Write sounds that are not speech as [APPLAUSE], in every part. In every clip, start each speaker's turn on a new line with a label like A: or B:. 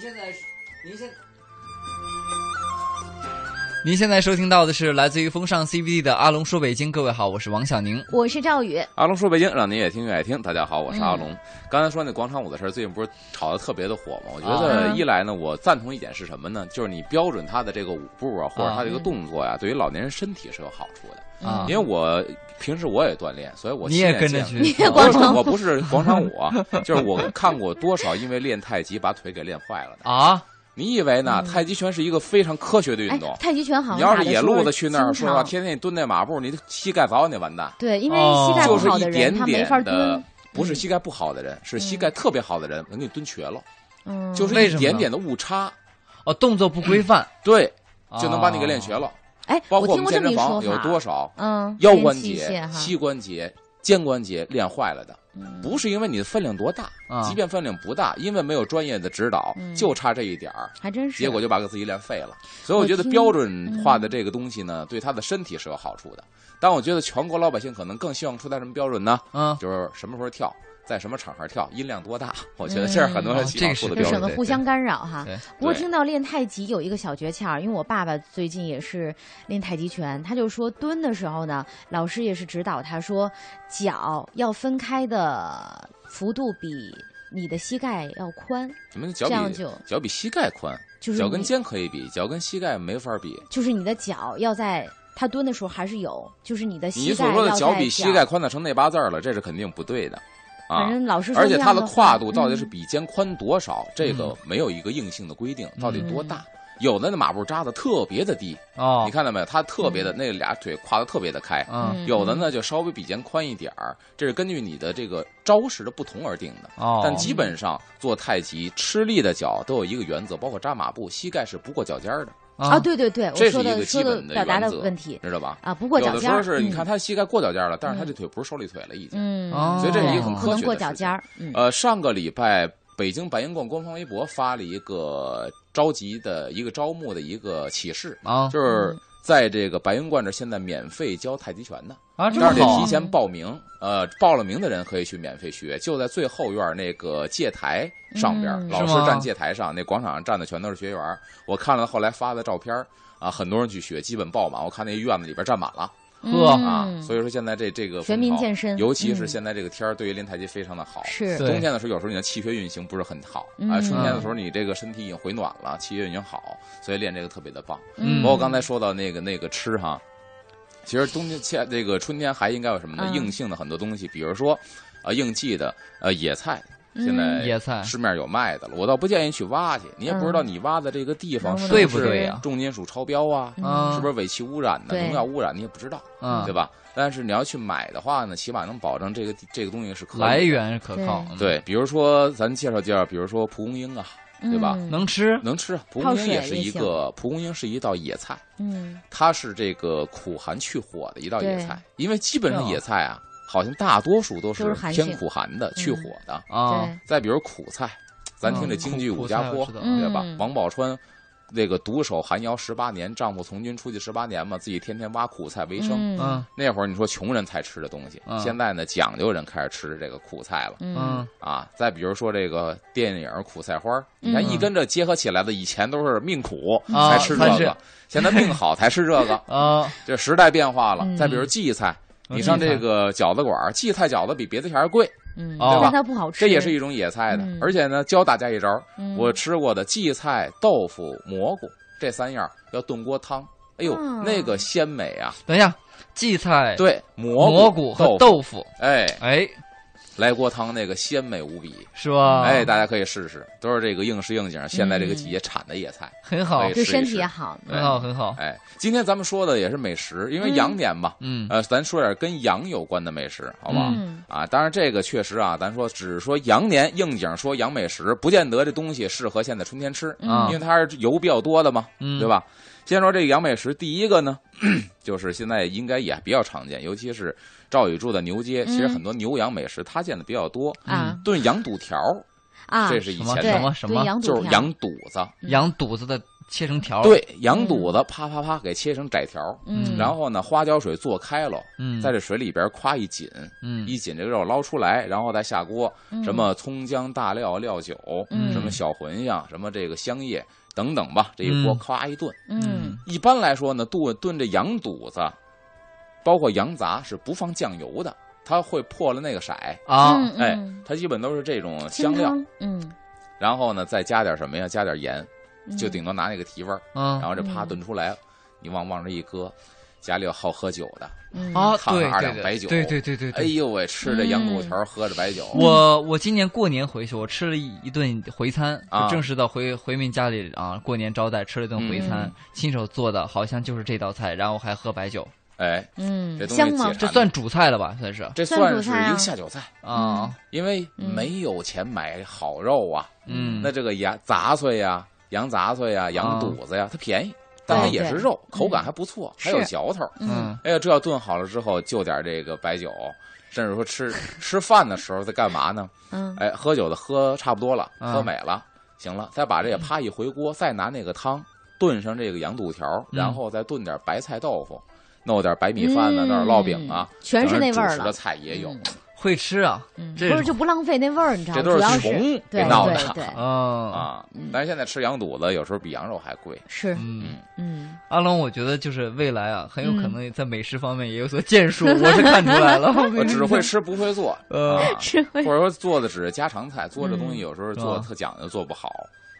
A: 现在，您现。您现在收听到的是来自于风尚 CBD 的阿龙说北京。各位好，我是王小宁，
B: 我是赵宇。
C: 阿龙说北京，让您越听越爱听。大家好，我是阿龙。嗯、刚才说那广场舞的事儿，最近不是炒得特别的火吗？我觉
B: 哦
A: 嗯
C: 得一来呢，我赞同一点是什么呢？就是你标准他的这个舞步啊，或者他这个动作呀、啊，嗯、对于老年人身体是有好处的。嗯、因为我平时我也锻炼，所以我
A: 你也跟着去，
C: [LAUGHS]
B: 你也广场
C: 舞？我不是广场舞，啊
B: [LAUGHS]
C: 就是我看过多少因为练太极把腿给练坏了 [LAUGHS] 的
A: 啊。
C: 你以为呢？太极拳是一个非常科学的运动。
B: 嗯哎太极拳好像
C: 你要是野路子去那儿，说实话，天天你蹲那马步，你膝盖早晚得完蛋。
B: 对，因为膝盖不好
C: 的
B: 人，他没法蹲。嗯
C: 不是膝盖不好的人，是膝盖特别好的人能给你蹲瘸了。嗯，就是一点点的误差，
A: 哦，动作不规范，
C: 对，就能把你给练瘸了。
B: 哎，
C: 包括我们健身房有多少嗯腰关节、膝关节、肩关节练坏了的。
B: 嗯
C: 不是因为你的分量多大，即便分量不大，因为没有专业的指导，就差这一点儿，
B: 还嗯真是，嗯
C: 结果就把自己练废了。所以我觉得标准化的这个东西呢，对他的身体是有好处的。但我觉得全国老百姓可能更希望出台什么标准呢？嗯，就是什么时候跳，在什么场合跳，音量多大。我觉得这是很多人喜欢出的标准，
B: 省得互相干扰
C: 嗯
B: 哈。不过听到练太极有一个小诀窍，因为我爸爸最近也是练太极拳，他就说蹲的时候呢，老师也是指导他说脚要分开的。呃，幅度比你的膝盖要宽，
C: 什么脚比脚比膝盖宽，
B: 就是
C: 脚跟肩可以比，脚跟膝盖没法比。
B: 就是你的脚要在他蹲的时候还是有，就是你的膝
C: 盖。你所说的脚比膝盖宽的成那八字了，这是肯定不对的啊。
B: 反正老师，
C: 而且它的跨度到底是比肩宽多少，嗯、这个没有一个硬性的规定，到底多大。
B: 嗯
C: 有的那马步扎的特别的低
A: 哦，
C: 你看到没有？他特别的那俩腿跨的特别的开，
A: 嗯，
C: 啊有的呢就稍微比肩宽一点儿，这是根据你的这个招式的不同而定的
A: 哦。
C: 但基本上做太极吃力的脚都有一个原则，包括扎马步，膝盖是不过脚尖的。
B: 啊，对对对，
C: 这是
B: 一
C: 个基本
B: 的表达
C: 的
B: 问题，
C: 知道吧？
B: 啊，不过
C: 有的时候是你看他膝盖过脚尖了，但是他这腿不是受力腿了已经，
A: 哦
B: 嗯，
C: 所以这是一个很科学的。
B: 过脚尖嗯
C: 呃，上个礼拜。北京白云观官方微博发了一个召集的一个招募的一个启事
A: 啊，
C: 就是在这个白云观这现在免费教太极拳呢
A: 啊，
C: 这
A: 儿
C: 得提前报名，呃，报了名的人可以去免费学，就在最后院那个界台上边，
B: 嗯、
C: 老师站界台上，那广场上站的全都是学员。我看了后来发的照片啊，很多人去学，基本爆满。我看那院子里边站满了。
A: 呵
C: 啊，所以说现在这这个
B: 嗯全民健身，嗯
C: 尤其是现在这个天儿，对于练太极非常的好。
B: 是嗯
C: 冬天的时候，有时候你的气血运行不是很好啊；春天的时候，你这个身体已经回暖了，气血已经好，所以练这个特别的棒。
A: 嗯
C: 包括刚才说到那个那个吃哈，其实冬天、夏这个春天还应该有什么呢？
A: 嗯
C: 硬性的很多东西，比如说啊应季的呃野菜，现在
A: 嗯野菜嗯
C: 市面有卖的了。我倒不建议去挖去，你也不知道你挖的这个地方是
A: 对
C: 不
A: 对
C: 呀？重金属超标啊，是不是尾气污染的、农药污染？你也不知道。
A: 嗯，
C: 对吧？但是你要去买的话呢，起码能保证这个这个东西是可
A: 来源可靠。
C: 对，比如说咱介绍介绍，比如说蒲公英啊，
B: 嗯
C: 对吧？
A: 嗯能吃，
C: 能吃。啊蒲公英也是一个，蒲公英是一道野菜。
B: 嗯，
C: 它是这个苦寒去火的一道野菜，因为基本上野菜啊，好像大多数都
B: 是
C: 偏苦寒嗯的、去火的
A: 啊。
C: 再比如苦菜，咱听这京剧《武家坡》，对吧？嗯王宝钏。那个独守寒窑十八年，丈夫从军出去十八年嘛，自己天天挖苦菜为生。
A: 嗯，
C: 那会儿你说穷人才吃的东西，
A: 嗯、
C: 现在呢讲究人开始吃这个苦菜了。
B: 嗯，
C: 啊，再比如说这个电影《苦菜花》，你看
A: 嗯
C: 一跟这结合起来的，以前都是命苦、
A: 啊
C: 才吃这
A: 才是。
C: 个，现在命好才吃这个
A: 啊，
C: 这时代变化了。
B: 嗯
C: 再比如荠菜，
A: 嗯
C: 你上这个饺子馆儿，荠菜饺子比别的钱儿贵，
B: 嗯，
A: 哦
B: 但它不好吃，
C: 这也是一种野菜的
B: 嗯。
C: 而且呢，教大家一招，
B: 嗯
C: 我吃过的荠菜、豆腐、蘑菇这三样要炖锅汤。哎呦，
B: 啊
C: 那个鲜美啊！
A: 等一下，荠菜、
C: 对，蘑
A: 哎蘑菇和
C: 豆腐，
A: 豆腐，
C: 哎，
A: 哎，
C: 来锅汤那个鲜美无比。
A: 是吧？
C: 哎，，大家可以试试，都是这个应时应景，现在这个季节产的野菜。
A: 很好
C: 可，以
B: 对
C: 试一
B: 身体
C: 试
B: 也好。
A: 很好，很好。
C: 哎，今天咱们说的也是美食，因为羊年嘛，
A: 哦嗯，
C: 呃，咱说点跟羊有关的美食，好不好？
B: 嗯
C: 啊，当然这个确实啊，咱说只说羊年应景说羊美食，不见得这东西适合现在春天吃，
A: 啊
B: 嗯
C: 因为它是油比较多的嘛，
A: 嗯
C: 对吧？先说这个羊美食，第一个呢， [CLEARS THROAT] 就是现在应该也比较常见，尤其是赵宇住的牛街，其实
B: 嗯
C: 很多牛羊美食他见的比较多。
B: 啊
C: 炖羊肚条儿，
B: 啊，
C: 这是以前
A: 嗯什
C: 的
A: 么
B: 对，
A: 什么
B: 对羊肚
C: 就是
B: 片
A: 嗯
C: 羊肚子，
A: 羊肚子的切成条，，
C: 对，羊肚子啪啪啪给切成窄条儿，
B: 嗯，
C: 然后呢，花椒水做开了，
A: 嗯
C: 在这水里边夸一紧，
A: 嗯
C: 一紧这个肉捞出来，然后再下锅，什么葱姜大料料酒，
B: 嗯
C: 什么小茴香，什么这个香叶等等吧，这一锅
A: 嗯
C: 夸一炖。
B: 嗯
C: 一般来说呢，炖炖这羊肚子，包括羊杂是不放酱油的，它会破了那个色。
A: 啊，
B: 嗯
C: 哎
B: 嗯，
C: 它基本都是这种
B: 清
C: 香料，
B: 汤，嗯，
C: 然后呢再加点什么呀？加点盐，
B: 嗯
C: 就顶多拿那个提味儿，
A: 嗯
C: 然后这啪
B: 嗯
C: 炖出来了，你往往这一搁，家里有好喝酒的，
B: 嗯
A: 啊，
C: 看
A: 对
C: 二
A: 对
C: 两白
A: 对
C: 酒
A: 对对对对
C: 哎
A: 对。
C: 呦喂，吃着羊肚条儿，喝着白酒，
A: 我我今年过年回去，我吃了一一顿回餐，
C: 啊
A: 就正式的回回民家里啊，过年招待吃了一顿回
C: 嗯
A: 餐，亲手做的，好像就是这道菜，然后还喝白酒，
C: 哎，
B: 嗯
C: 这东
B: 香
C: 西
B: 吗
C: 解？
A: 这算主菜了吧？算是
C: 这
B: 算主
C: 算是
B: 菜啊
C: 一个下酒菜，
A: 啊，
C: 因为
B: 嗯
C: 没有钱买好肉啊，
A: 嗯，
C: 那这个羊杂碎呀、羊杂碎呀、羊肚子呀，它便宜，但它也是肉，口感还不错，还有
B: 是
C: 嚼头。
A: 嗯
C: 哎呀，这要炖好了之后，就点这个白酒，甚至说吃吃饭的时候在干嘛呢？
B: 嗯
C: 哎，喝酒的喝差不多了，
A: 嗯
C: 喝美了，行了，再把
B: 嗯
C: 这个啪一回锅，再拿那个汤炖上这个羊肚条，然后再炖点白菜豆腐，弄点白米饭呢，
B: 嗯
C: 弄点烙饼啊，
B: 全是那味
C: 整
B: 儿
C: 点主食的
B: 了，
C: 菜也有，
A: 会吃啊，
B: 嗯，
A: 这
B: 不是就不浪费那味儿，你知道吗？
C: 这都
B: 主要
C: 穷
B: 是
C: 给
B: 对
C: 闹的
B: 对
C: [LAUGHS]
B: 对，
A: 嗯
C: 啊。但是现在吃羊肚子有时候比羊肉还贵，
B: 是
A: 嗯，
C: [LAUGHS]
B: 嗯，
A: 阿龙，我觉得就是未来啊，很有可
B: 嗯
A: 能在美食方面也有所建树，我是看出来了。
C: 我
A: [LAUGHS]
C: 呃只会吃不会做，
A: 呃
C: 啊，
A: [LAUGHS]
B: 是会
C: 或者说做的只是家常菜，做这东西有时候做
A: 嗯
C: 特讲究，做不好，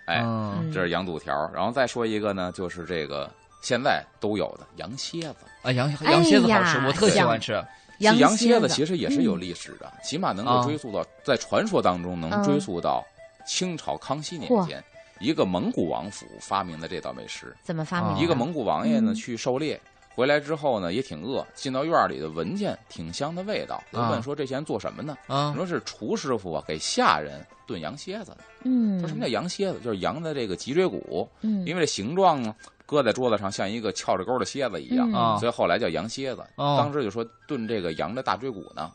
C: 哎，
A: 嗯，
C: 这是羊肚条。然后再说一个呢，就是这个现在都有的羊蝎子。
A: 啊，羊
B: 哎
A: 羊蝎子好
B: 呀
A: 吃，我特喜欢
B: 像
A: 吃。
C: 其羊
B: 蝎
C: 子其实也是有历史的，起码能够追溯到，在传说当中能追溯到清朝康熙年间，一个蒙古王府发明的这道美食。
B: 怎么发明
A: 啊
B: 的？
C: 一个蒙古王爷呢
B: 嗯
C: 去狩猎，回来之后呢也挺饿，进到院里的闻见挺香的味道，就
A: 啊
C: 问说这些人做什么呢？
A: 啊，
C: 说是厨师傅啊给下人炖羊蝎子呢。
B: 嗯，
C: 说什么叫羊蝎子？就是羊的这个脊椎骨，
B: 嗯，
C: 因为这形状呢搁在桌子上像一个翘着钩的蝎子一样
B: 嗯，
A: 啊
C: 所以后来叫羊蝎子。
A: 哦
C: 当时就说炖这个羊的大椎骨呢，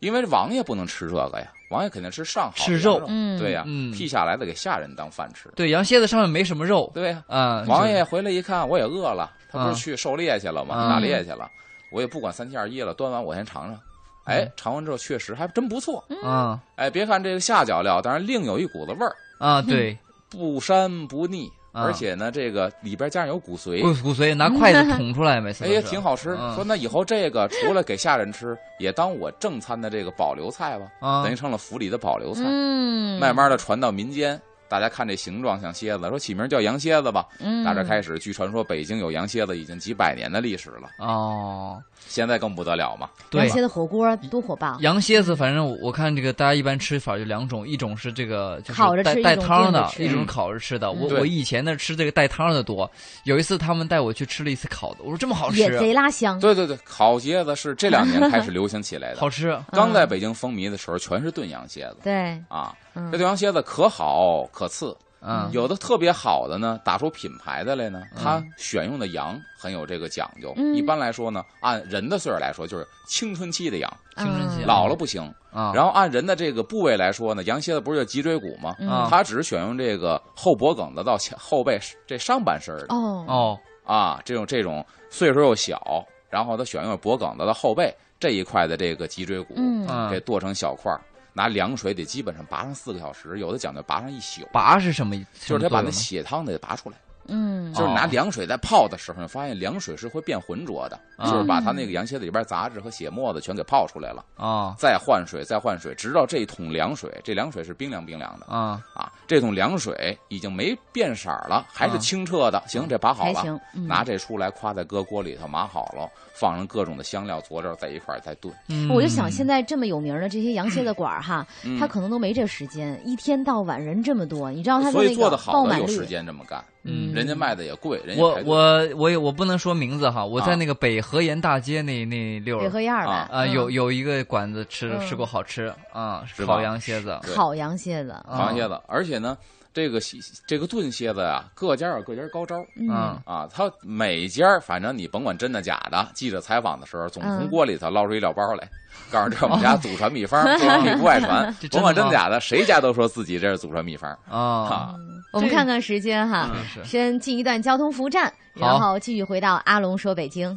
C: 因为王爷不能吃这个呀，王爷肯定吃上好的
A: 吃
C: 羊
A: 肉
B: 嗯
C: 对呀，
A: 嗯
C: 剔下来的给下人当饭吃，
A: 对，羊蝎子上面没什么肉
C: 对呀。
A: 啊。
C: 王
A: 就
C: 爷回来一看，我也饿了，他不
A: 啊
C: 是去狩猎去了吗？
A: 啊
C: 打猎去了，我也不管三七二一了，端完我先尝尝。哎，
A: 嗯
C: 尝完之后确实还真不错。
B: 嗯
A: 啊
C: 哎，别看这个下脚料，当然另有一股子味儿，
A: 啊，对，
C: 不膻不腻，
A: 啊
C: 而且呢，这个里边加上有骨髓
A: 骨，骨髓拿筷子捅出来，每次
C: 嗯 [LAUGHS] 哎
A: 都
C: 也
A: 是
C: 挺好吃。
A: 嗯
C: 说那以后这个除了给下人吃，也当我正餐的这个保留菜吧，
A: 啊
C: 等于成了府里的保留菜。
B: 嗯，
C: 慢慢的传到民间，大家看这形状像蝎子，说起名叫羊蝎子吧。
B: 嗯，
C: 打这开始，据传说北京有羊蝎子已经几百年的历史了，
A: 哦。
C: 现在更不得了嘛。
A: 对
B: 羊，蝎子火锅多火爆，
A: 羊蝎子反正我我看这个大家一般吃法就两种，一种是这个就是
B: 烤着
A: 带
B: 吃一
A: 带
B: 种
A: 汤
B: 炖着
A: 的，
B: 吃
A: 一种是烤着吃的。我
C: 嗯对
A: 我以前呢吃这个带汤的多，有一次他们带我去吃了一次烤的，我说这么好
B: 也
A: 吃，
B: 贼拉香。
C: 对对对，烤蝎子是这两年开始流行起来的
A: 好。吃
C: 刚在北京风靡的时候，全是炖羊蝎子
B: 对，
C: 啊。
B: 嗯
C: 这炖羊蝎子可好可次，
A: 嗯
C: 有的特别好的呢，打出品牌的来呢，它选用的羊很有这个讲究。
B: 嗯
C: 一般来说呢，按人的岁数来说，就是青春期的羊，
A: 青春期
B: 嗯
C: 老了不行。
A: 啊，
C: 然后按人的这个部位来说呢，羊蝎子不是叫脊椎骨吗？
A: 啊
C: 它只选用这个后脖梗子到前后背这上半身儿的
B: 哦，
A: 哦
C: 啊，这种这种岁数又小，然后它选用脖梗子到后背这一块的这个脊椎骨，
B: 嗯
A: 嗯
C: 给剁成小块儿，拿凉水得基本上拔上四个小时，有的讲究拔上一宿，
A: 拔是什么？什
C: 就
A: 么
C: 是它
A: 作用
C: 把那
A: 呢
C: 血汤得拔出来。
A: 哦
B: 嗯，
C: 就是拿凉水在泡的时候，你发现凉水是会变浑浊的，
A: 啊
C: 就是把它那个羊蝎子里边杂质和血沫子全给泡出来了，
A: 啊
C: 再换水，再换水，直到这一桶凉水，这凉水是冰凉冰凉的
A: 啊
C: 啊，这桶凉水已经没变色儿了，还是清澈的。行，这把好
B: 嗯还
C: 了，
B: 行，嗯
C: 拿这出来，夸在搁锅里头码好了，放上各种的香料佐料在一块儿再炖。
A: 嗯
B: 我就想，现在这么有名儿的这些羊蝎子馆儿哈，
C: 嗯
B: 他可能都没这时间，一天到晚人这么多，你知道他
C: 所
B: 的
C: 以
B: 那
C: 做
B: 个
C: 的好
B: 爆
C: 的
B: 满
C: 有时
B: 率，
C: 间这么干，
B: 嗯
C: 人家卖的也贵，人家
A: 我
C: 排队
A: 我我也我不能说名字哈，我在
C: 啊
A: 那个北河沿大街那那溜
B: 别
A: 儿
B: 喝样儿吧
C: 啊？
A: 啊，
B: 嗯
A: 有有一个馆子吃
B: 嗯
A: 吃过好吃啊，
C: 是吧
A: 烤羊蝎子，
C: 对
B: 烤羊蝎子，
A: 啊
C: 螃蟹子，而且呢，这个西这个炖蝎子啊，各家有各家高招儿。
B: 嗯
A: 嗯
C: 啊，他每家儿反正你甭管真的假的，记者采访的时候总
A: 嗯
C: 从锅里头捞出一料包来，告诉这我们家祖
A: [LAUGHS]
C: 传秘方，这你不外传
A: 这，真的啊
C: 甭管真
A: 吗
C: 假的，谁家都说自己这是祖传秘方
A: 啊
C: 啊。
B: 我们看看时间哈，
C: 嗯
A: 是
B: 先进一段交通服务站，
A: 好
B: 然后继续回到阿龙说北京。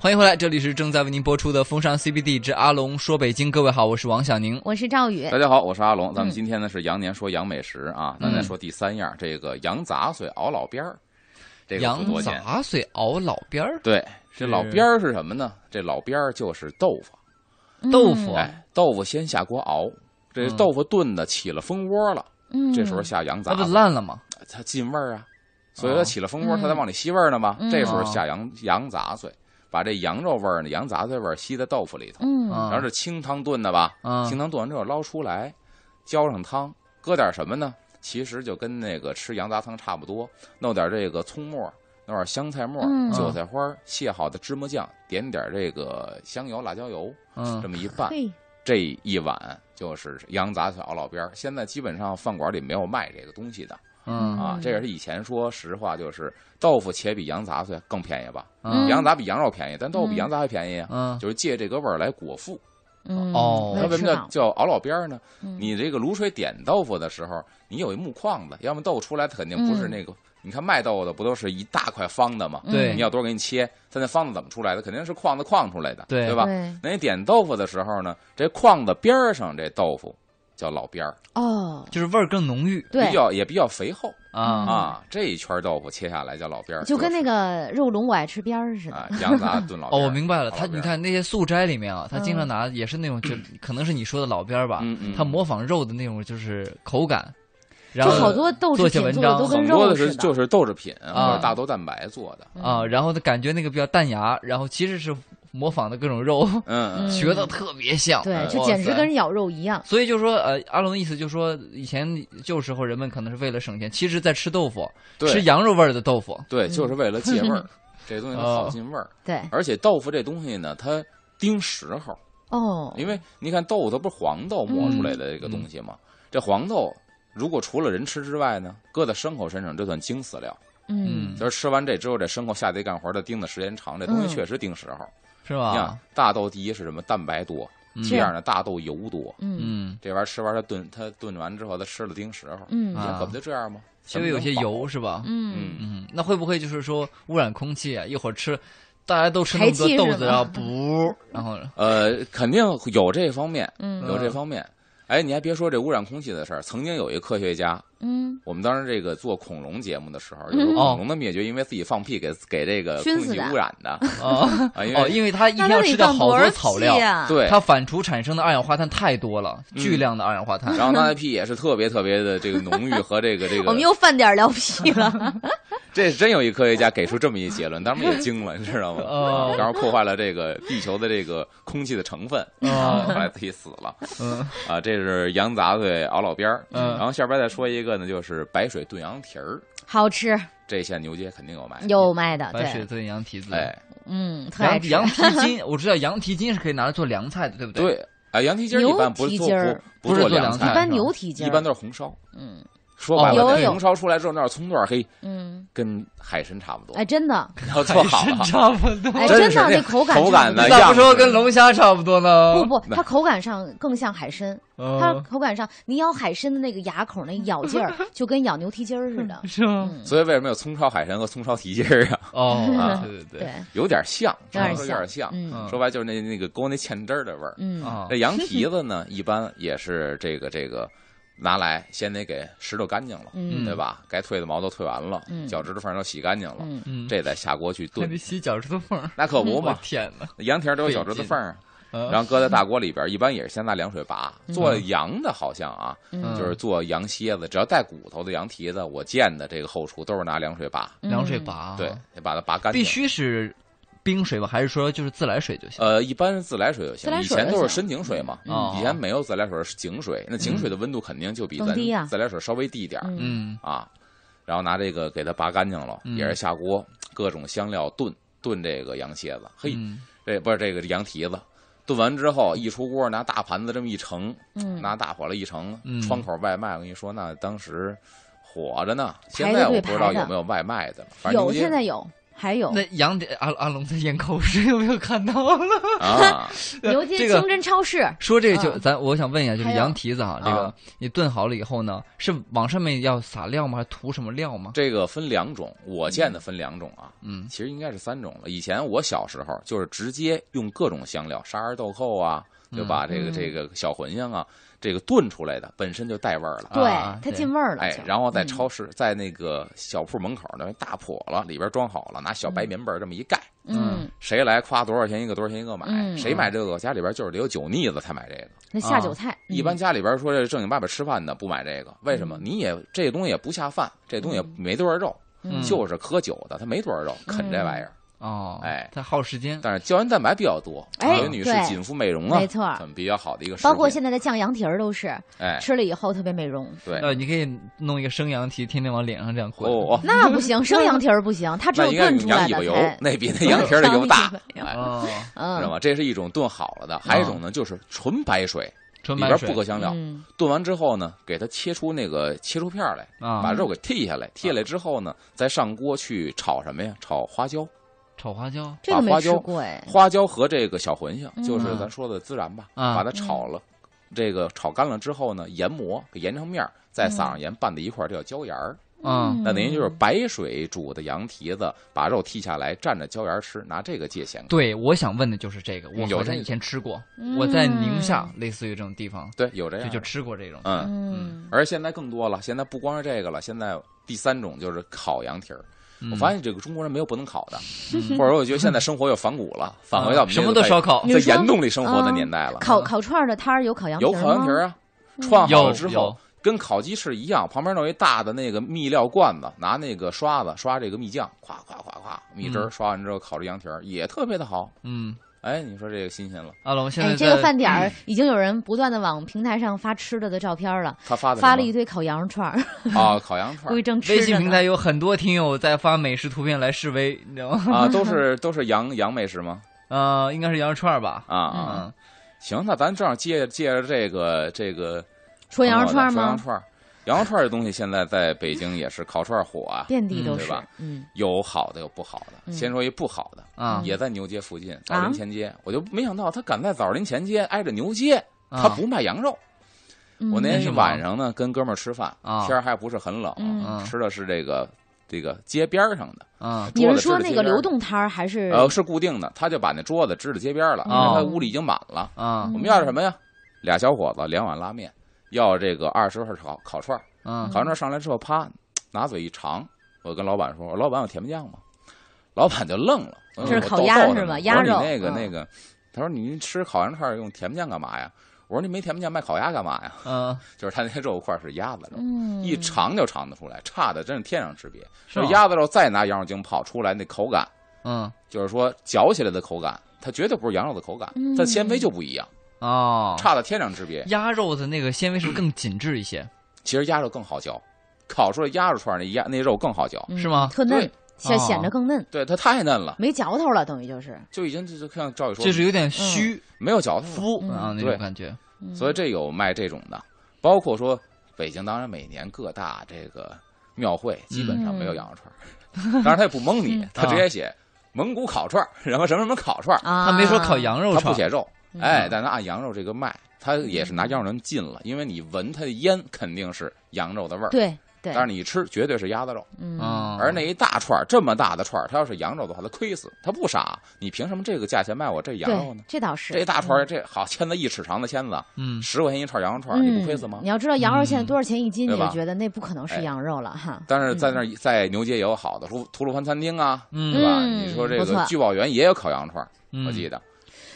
A: 欢迎回来，这里是正在为您播出的《风尚 CBD 之阿龙说北京》。各位好，我是王小宁。
B: 我是赵宇
C: 大，家好，我是阿龙。咱
B: 嗯
C: 们今天呢是羊年说羊美食啊，咱再
A: 嗯
C: 说第三样，这个羊杂碎熬老边儿，这个
A: 羊
C: 不多见。
A: 杂碎熬老边儿，
C: 对，
A: 是
C: 这老边儿是什么呢？这老边儿就是豆腐，
B: 嗯
A: 豆腐啊哇
C: 哎，豆腐先下锅熬，这
A: 嗯
C: 豆腐炖的起了蜂窝了，
B: 嗯，
C: 这时候下羊
A: 那
C: 杂
A: 不
C: 碎，
A: 烂了吗？
C: 它进味儿啊，所以
A: 哦
C: 它起了蜂窝，
B: 嗯
C: 它才往里吸味儿呢嘛。
B: 嗯
C: 这时候下羊羊杂碎，把这羊肉味儿呢、羊杂碎味儿吸在豆腐里头，
B: 嗯，
A: 啊
C: 然后是清汤炖的吧？
A: 嗯
C: 清汤炖完之后捞出来，浇上汤，搁点什么呢？其实就跟那个吃羊杂汤差不多，弄点这个葱末儿，弄点香菜末儿、
B: 嗯
C: 韭菜花儿、卸好的芝麻酱，点点这个香油、辣椒油，
A: 嗯
C: 这么一拌，
B: 嘿，
C: 这一碗就是羊杂碎熬老边儿。现在基本上饭馆里没有卖这个东西的
A: 嗯
C: 啊
B: 嗯，
C: 这也是以前说实话，就是豆腐且比羊杂碎更便宜吧？
B: 嗯
C: 羊杂比羊肉便宜，但豆腐比
B: 嗯
C: 羊杂还便宜啊，
A: 嗯就是
C: 就是借这个味儿来果腹。
B: 嗯，
A: 哦
B: 我
C: 那
B: 也
C: 为
B: 吃
C: 什么
B: 到
C: 叫叫熬老边儿呢？
B: 嗯
C: 你这个卤水点豆腐的时候，你有一木框子，要么豆腐出来它肯定不是
B: 嗯
C: 那个。你看卖豆腐的不都是一大块方的吗？
A: 对
C: 嗯你要多给你切，它那方子怎么出来的？肯定是框子框出来的，
A: 对
C: 对吧？
B: 对，
C: 那你点豆腐的时候呢，这框子边儿上这豆腐叫老边儿，
B: 哦，
A: 就是味儿更浓郁
B: 对
C: 比，较也比较肥厚
B: 嗯
A: 啊
C: 啊。这一圈豆腐切下来叫老边儿，
B: 就跟那
C: 个
B: 个肉龙我爱吃边儿似
C: 啊
B: 的，
C: 羊杂炖老
A: 哦，
C: 边儿。
A: 我明白了，
C: 老
A: 他
C: 边儿
A: 你，看那些素斋里面啊，他
B: 嗯
A: 经常拿也是那种，
C: [CLEARS THROAT]
A: 就可能是你说的老边儿吧
C: 嗯嗯，
A: 他模仿肉的那种就是口感，然
B: 就
A: 后
B: 好多豆制
A: 做些
B: 品
A: 文
B: 做的
A: 章
B: 都跟
C: 很多
B: 肉
C: 的
B: 似
C: 是
B: 的
C: 就，是豆制品
A: 啊
C: 或者大豆蛋白做的，
A: 啊，然后呢感觉那个比较淡雅，然后其实是模仿的各种肉，
C: 嗯
A: [LAUGHS]
B: 嗯
A: 学的特别像，
B: 对，
A: 哎哇
B: 就简直
A: 塞
B: 跟咬肉一样。
A: 所以就说，呃，阿龙的意思就是说，以前旧时候人们可能是为了省钱，其实在吃豆腐，
C: 对
A: 吃嗯羊肉味儿的豆腐。
C: 对，就是为了借味儿， [LAUGHS] 这东西它
A: 哦
C: 好进味儿。
B: 对，
C: 而且豆腐这东西呢，它盯时候，
B: 哦，
C: 因为你看豆腐它不是黄豆磨出来
A: 嗯
C: 的这个东西吗？这黄豆如果除了人吃之外呢，搁在牲口身上这算精饲料，
B: 嗯，
C: 就是吃完这之后，这牲口下地干活的盯的时间长，这东
B: 嗯
C: 西确实盯时候。
A: 是
C: 你
A: 吧
C: 看？大豆第一是什么？蛋白多，
A: 啊嗯
C: 第二呢大豆油多，
B: 嗯
A: 嗯，
C: 这玩意儿吃完它炖它炖完之后，它吃了盯时候，
B: 嗯
C: 以前
A: 啊
C: 可不就这样吗？
A: 稍微有些油是吧？
B: 嗯，
C: 嗯，
A: 嗯，那会不会就是说污染空气啊？一会儿吃，大家都吃那么
B: 排气
A: 多
B: 是
A: 豆子，
B: 吗
A: 然后不，然后
C: [LAUGHS] 呃，肯定有这方面，
B: 嗯
C: 有这方面。哎，你还别说这污染空气的事儿，曾经有一科学家，
B: 嗯，
C: 我们当时这个做恐龙节目的时候，有个
A: 嗯哦
C: 恐龙的灭绝，因为自己放屁给给这个
B: 熏
C: 空
B: 死
C: 气
B: 的
C: 污染的
A: 啊，
C: 啊，因
A: 哦，
C: 为
A: 因为他一
B: 那
A: 天
B: 他
A: 要
B: 得
A: 吃掉
B: 放
A: 好
B: 多
A: 多
B: 少
A: 草
B: 气啊
A: 料，
B: 呀？
C: 对，嗯
A: 它反刍产生的二氧化碳太多了，巨量的二氧化碳。
B: [LAUGHS]
C: 然后他的屁也是特别特别的这个浓郁和这个这
B: 我
C: 个
B: 们，又犯点儿聊屁了。
C: 这真有一科学家给出这么一结论，当时我们也惊了，你知道
A: [LAUGHS]
C: 吗？
A: 哦
C: 啊然后破坏了这个地球的这个空气的成分，
B: 哦
C: 啊，后
A: 啊，
C: 来自己死了
A: 嗯
C: 啊。这是羊杂碎熬老边儿，
A: 嗯
C: 然后下边再说一个呢，就是白水炖羊蹄儿，
B: 好吃，
C: 这现在牛街肯定有卖，
B: 有卖的，
A: 白水
B: 对，
A: 炖羊蹄子，
C: 哎，
B: 嗯，特爱
A: 羊
B: 吃。
A: 羊蹄
B: [LAUGHS]
A: 筋，我知道羊蹄筋是可以拿来做凉菜的，对不 [LAUGHS] 对？
C: 对，啊，羊蹄筋儿
B: 牛
C: 一般不
B: 蹄
C: 是做
B: 筋儿
A: 不
C: 不
A: 是
C: 做
A: 做
C: 凉
A: 凉
B: 一
A: 菜
C: 菜，
B: 般牛蹄筋儿，
C: 一般都是红烧。
B: 嗯
C: 说白
A: 哦
C: 了，
B: 有有
C: 这红烧出来之后那点葱段儿，嘿，
B: 嗯，
C: 跟海参差不多
B: 哎，。真的，
C: 然后 [LAUGHS] 做好
A: [LAUGHS]
C: 了，
A: 差不多。
B: 哎，
C: 真
B: 真
C: 是
B: 的
C: 那
B: 那口感
C: 口
B: 上
C: 感
B: 不
C: 呢
B: 一样
A: 咋不说跟龙虾差不多呢？
B: 不不，
C: 那
B: 它口感上更像海参，它
A: 嗯，
B: 口感上你咬海参的那个牙口那咬劲儿，就跟咬牛蹄筋儿似的。
A: 是吗？
B: 嗯，
C: 所以为什么有葱烧海参和葱烧蹄筋儿啊？
A: 哦
B: [LAUGHS]
C: 啊，
A: 对 [LAUGHS] 对
B: 对
A: 对，，
C: 有点像，
B: 有点
C: 差不多有点
B: 像
C: 像。
B: 嗯
A: 嗯
C: 说白了就是那那个锅那芡汁儿的味儿。
B: 嗯，
A: 啊
C: 这，羊蹄子呢， [LAUGHS] 一般也是这个这个拿来先得给拾掇干净了，
B: 嗯
C: 对吧？该退的毛都退完了
B: 嗯，
C: 脚趾头缝儿都洗干净了，
B: 嗯
A: 嗯，
C: 这再下锅去
A: 还得
C: 炖。
A: 洗脚趾头缝儿，
C: [LAUGHS] 那可不
A: 我
C: 嘛，
A: 天哪！
B: 嗯
C: 羊蹄儿都有脚趾头缝儿啊。
A: 然
C: [LAUGHS] 然后搁在大锅里边儿，一般也是先拿凉水拔。做羊的好像啊，
B: 嗯
C: 就是做羊蝎子，只要带骨头的羊蹄子，我见的这个后厨都是拿凉水拔，
B: 嗯
A: 嗯凉水
B: 啊
A: 拔，啊
C: 对，得把它拔干净。
A: 必须是冰水吧？还是说就是自来水就行？
C: 呃，一般是自来水就
B: 自来
C: 行，以
B: 水就
C: 前都
B: 行
C: 是深井水嘛，
A: 哦
C: 以前没有自来水是井水，那井水的温度肯定就比
B: 嗯更低啊
C: 咱自来水稍微低一点儿
B: 嗯
A: 嗯
C: 啊。然后拿这个给它拔干净了，
A: 嗯
C: 也是下锅，各种香料炖炖这个羊蝎子，嘿，
A: 嗯
C: 这不是这个羊蹄子。炖完之后，一出锅拿大盘子这么一盛，
B: 嗯，
C: 拿大火了一盛，
A: 嗯
C: 窗口外卖，我跟你说，那当时火着呢。
B: 排
C: 现
B: 着
C: 在
B: 队
C: 我不知道
B: 排着
C: 有没有外卖的了，反正
B: 有
C: 牛街
B: 现在有，还有
A: 那杨迪阿阿龙在咽口水，有没有看到了？ [LAUGHS]
C: 啊，
B: 牛街
A: 这个
B: 清真超市，
A: 说这个就
B: 嗯
A: 咱我想问一下，就是
B: 还有
A: 羊蹄子啊，这个
C: 啊
A: 你炖好了以后呢，是往上面要撒料吗？还是涂什么料吗？
C: 这个分两种，我见的分两种啊，
A: 嗯
C: 其实应该是三种了。以前我小时候就是直接用各种香料，沙尔豆蔻啊，对吧？这个
B: 嗯
C: 这个小茴香啊，这个炖出来的本身就带味儿了。
B: 对
A: 啊，
B: 它
A: 对
B: 进味儿了
C: 哎
B: 就。，
C: 然后在
B: 嗯
C: 超市，在那个小铺门口那大笸箩里边装好了，拿小白棉被儿这么一盖，
B: 嗯，
C: 谁来夸多少钱一个，多少钱一个买，
B: 嗯
C: 谁买这个家里边就是得有酒腻子才买这个。
B: 那下酒菜
C: 啊一般
B: 嗯
C: 家里边说这正经八百吃饭的不买这个，为什么？你也这东西也不下饭，这东西也没多少肉，
A: 嗯
C: 就是喝酒的，它没多少肉，啃这玩意儿。
A: 哦，
C: 哎
A: 它耗时间。
C: 但是胶原蛋白比较多，
B: 嗯哎
C: 对于女士
B: 对
C: 紧肤美容啊，
B: 没错
C: 很比较好的一个食品。
B: 包括现在的酱羊蹄儿都是
C: 哎，
B: 吃了以后特别美容。
C: 对，
A: 呃，你可以弄一个生羊蹄，天天往脸上这样滚。
C: 哦哦，
B: 那不
C: [LAUGHS]
B: 行，生羊蹄儿不行，它只
C: 那
B: 有
C: 应该
B: 炖
C: 用
B: 出
C: 羊
B: 来的
C: 尾巴油
B: 才，。，
C: 那比那羊蹄儿的油大
B: [LAUGHS]
C: 哎，
A: 哦，
C: 知道
B: 嗯，
C: 吗？这是一种炖好了的，还有一种呢就是纯白水，
A: 纯
C: 里
A: 白
C: 边
A: 水
C: 不搁香料，
B: 嗯
C: 炖完之后呢，给它切出那个切出片儿来，把
A: 啊，
C: 肉给剔下来，剔下来之后呢，再上锅去炒什么呀？炒花椒。
A: 炒花椒
B: 这个
C: 把
B: 没
C: 花
B: 吃
C: 椒
B: 过哎。
C: 花椒和这个小茴香，
B: 嗯
C: 就是咱说的孜然吧，
A: 啊
C: 把它炒了，这个炒干了之后呢，研磨给研成面儿，再撒
A: 嗯
C: 上盐拌在一块儿，这叫椒盐儿。
A: 啊，
B: 嗯
C: 那等于就是白水煮的羊蹄子，把肉剔下来蘸着椒盐儿吃，拿这个借咸口。
A: 对，我想问的就是这个，我
C: 有
A: 好
C: 这
A: 像
C: 个
A: 以前吃过，
B: 嗯
A: 我在宁夏，类似于这种地方，
C: 对，有这
A: 就
C: 样
A: 就
C: 的，
A: 吃过这种。
C: 嗯。
B: 嗯，
C: 而现在更多了，现在不光是这个了，现在第三种就是烤羊蹄儿。
A: 嗯
C: 我发现这个中国人没有不能烤的，或者说我觉得现在生活又反骨了，返回到我们
A: 嗯什么
C: 这
A: 都
C: 个
A: 烧烤
B: 你
C: 在
B: 说
C: 岩洞里生活的
B: 嗯
C: 年代了。
B: 烤烤串儿的摊儿有烤羊蹄
C: 有
B: 儿吗？
C: 烤羊蹄儿啊， [LAUGHS] 串好
A: 有
C: 了之后
A: 有，
C: 跟烤鸡翅一样，旁边弄一大的那个蜜料罐子，拿那个刷子刷这个蜜酱，咵咵咵咵，蜜汁儿
A: 嗯
C: 刷完之后烤这羊蹄儿也特别的好。
A: 嗯，
C: 哎，你说这个新鲜了，
A: 阿龙现在
B: 哎，这
A: 在
B: 个饭点
C: 嗯
B: 儿已经有人不断的往平台上发吃的的照片了，
C: 他发的
B: 发
C: 什
B: 了
C: 么
B: 一堆烤羊肉串儿， [LAUGHS]
C: 啊，烤羊串
B: 估
C: 儿
B: 计正吃着
A: 微
B: 呢
A: 信平台有很多听友在发美食图片来示威，你知道吗？ [LAUGHS]
B: [LAUGHS]
C: 啊，都是都是羊羊美食吗？
A: 呃，应该是羊肉串儿吧？
C: 啊啊，
A: 嗯，
C: 行，那咱正好借借着这个这个
B: 说羊肉串儿
C: 说羊
B: 吗
C: 肉？串儿，羊肉串儿这东西现在在北京也是烤串儿火啊，
B: 遍地都
C: 对
B: 是
C: 吧，
B: 嗯，
C: 有好的有不好的。
B: 嗯
C: 先说一不好的，
A: 啊
C: 嗯也在牛街附近，枣林前街，我就没想到他敢在枣林前街挨着牛街，
A: 啊
C: 他不卖羊肉。
B: 嗯
C: 我那
A: 那是
C: 天
A: 吗
C: 晚上呢，跟哥们儿吃饭，
A: 啊
C: 天儿还不是很冷，啊
B: 嗯
A: 嗯
C: 吃的是这个这个街边儿上的，
A: 啊
B: 你
C: 桌
B: 是
C: 子支
B: 说
C: 着
B: 那
C: 街
B: 个
C: 边儿
B: 流动摊儿还是？
C: 呃，是固定的，他就把那桌子支到街边儿了，因
A: 哦
C: 为他屋里已经满了。
A: 啊
C: 我们要什么呀？俩小伙子，两碗拉面，要这个二十份烤烤串儿，
A: 啊
C: 烤
B: 嗯
C: 完串儿上来之后，啪，拿嘴一尝，我跟老板说：“老板，有甜面酱吗？”老板就愣了，嗯
A: 这是
C: 我说
B: 烤
C: 我
B: 鸭
C: 逗他
B: 是
C: 呢
B: 吧
C: 我说
B: 鸭
C: 你
B: 肉
C: 那个
B: 嗯
C: 那个，他说：“您吃烤羊串儿用甜面酱干嘛呀？”我说：“你没甜面酱卖烤鸭干嘛呀 [LAUGHS]
A: 啊！？”
C: 就是他那些肉块儿是鸭子肉，
B: 嗯，
C: 一尝就尝得出来，差的真是天壤之别。
A: 是
C: 这
A: 吗
C: 鸭子肉再拿羊肉精泡出来，那口感
A: 嗯
C: 就是说嚼起来的口感，它绝对不是羊肉的口感，
B: 嗯
C: 它纤维就不一样，
A: 哦，
C: 差的天壤之别。
A: 鸭肉的那个纤维是不是更紧致一些？
C: 其实鸭肉更好嚼，烤出来鸭肉串儿那鸭那肉更好嚼，
B: 嗯
A: 是吗
B: 特嫩
C: 对，
B: 显
A: 哦
B: 显着更嫩，
C: 对它太嫩了，
B: 没嚼头了，等于就是。
C: 就已经就就像赵宇说
A: 就
C: 的，
A: 是有点虚
C: 没有嚼头了。
A: 肤啊那种
C: 嗯对
A: 感觉。
B: 嗯
C: 所以这有卖这种的，包括说北京，当然每年各大这个庙会基本上没有羊肉串儿，当然他也不蒙你，他直
A: 啊
C: 接写蒙古烤串儿，然后什么什么烤串儿，
B: 啊，
A: 他没说烤，羊肉
C: 他
A: 串
C: 不
A: 儿，
C: 写肉，哎，但他按羊肉这个卖，他也是拿羊肉进了，因为你闻它的烟肯定是羊肉的味儿，
B: 对对，
C: 但是你一吃绝对是鸭子肉，
B: 嗯
A: 啊，
C: 而那一大串儿这么大的串儿，它要是羊肉的话，它亏死，它不傻，你凭什么这个价钱卖我这羊肉
B: 对
C: 呢，？
B: 这倒是
C: 这大串儿，这好签子一尺长的签子，
A: 嗯
C: 十块钱一串羊肉串
B: 嗯
C: 儿，你不亏死吗
B: 嗯？你要知道羊肉现在
A: 嗯
B: 多少钱一斤，
C: 对
B: 你就
C: 吧
B: 觉得那不可能是
C: 哎
B: 羊肉了哈。
C: 但是在那儿在牛街也有好的吐吐鲁番餐厅啊，对
A: 嗯
C: 吧？
B: 嗯
C: 你说这
B: 不错
C: 个聚宝园也有烤羊肉串儿，
A: 嗯，
C: 我记得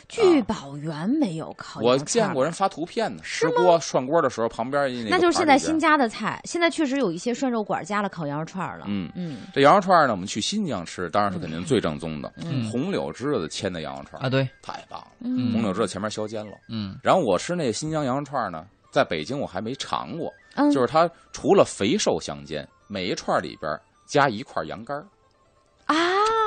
B: 聚宝园没有烤羊
C: 我
B: 肉串
C: 见
B: 儿
C: 过人发图片呢，
B: 是
C: 吃
B: 吗
C: 锅涮锅的时候旁边那个
B: 那就是现在新
C: 疆。
B: 加的菜，现在确实有一些涮肉馆加了烤羊肉串儿了。
C: 嗯
B: 嗯
C: 这羊肉串儿呢，我们去新疆吃，当然是肯定最正宗的。
A: 嗯
C: 红柳枝子签的羊肉串儿
A: 啊，对，
C: 太棒了，
A: 嗯
C: 红柳枝子前面削尖了。
A: 嗯
C: 然后我吃那新疆羊肉串儿呢，在北京我还没尝过，
B: 嗯，
C: 就是它除了肥瘦相间，每一串儿里边儿加一块儿羊肝儿。
B: 啊，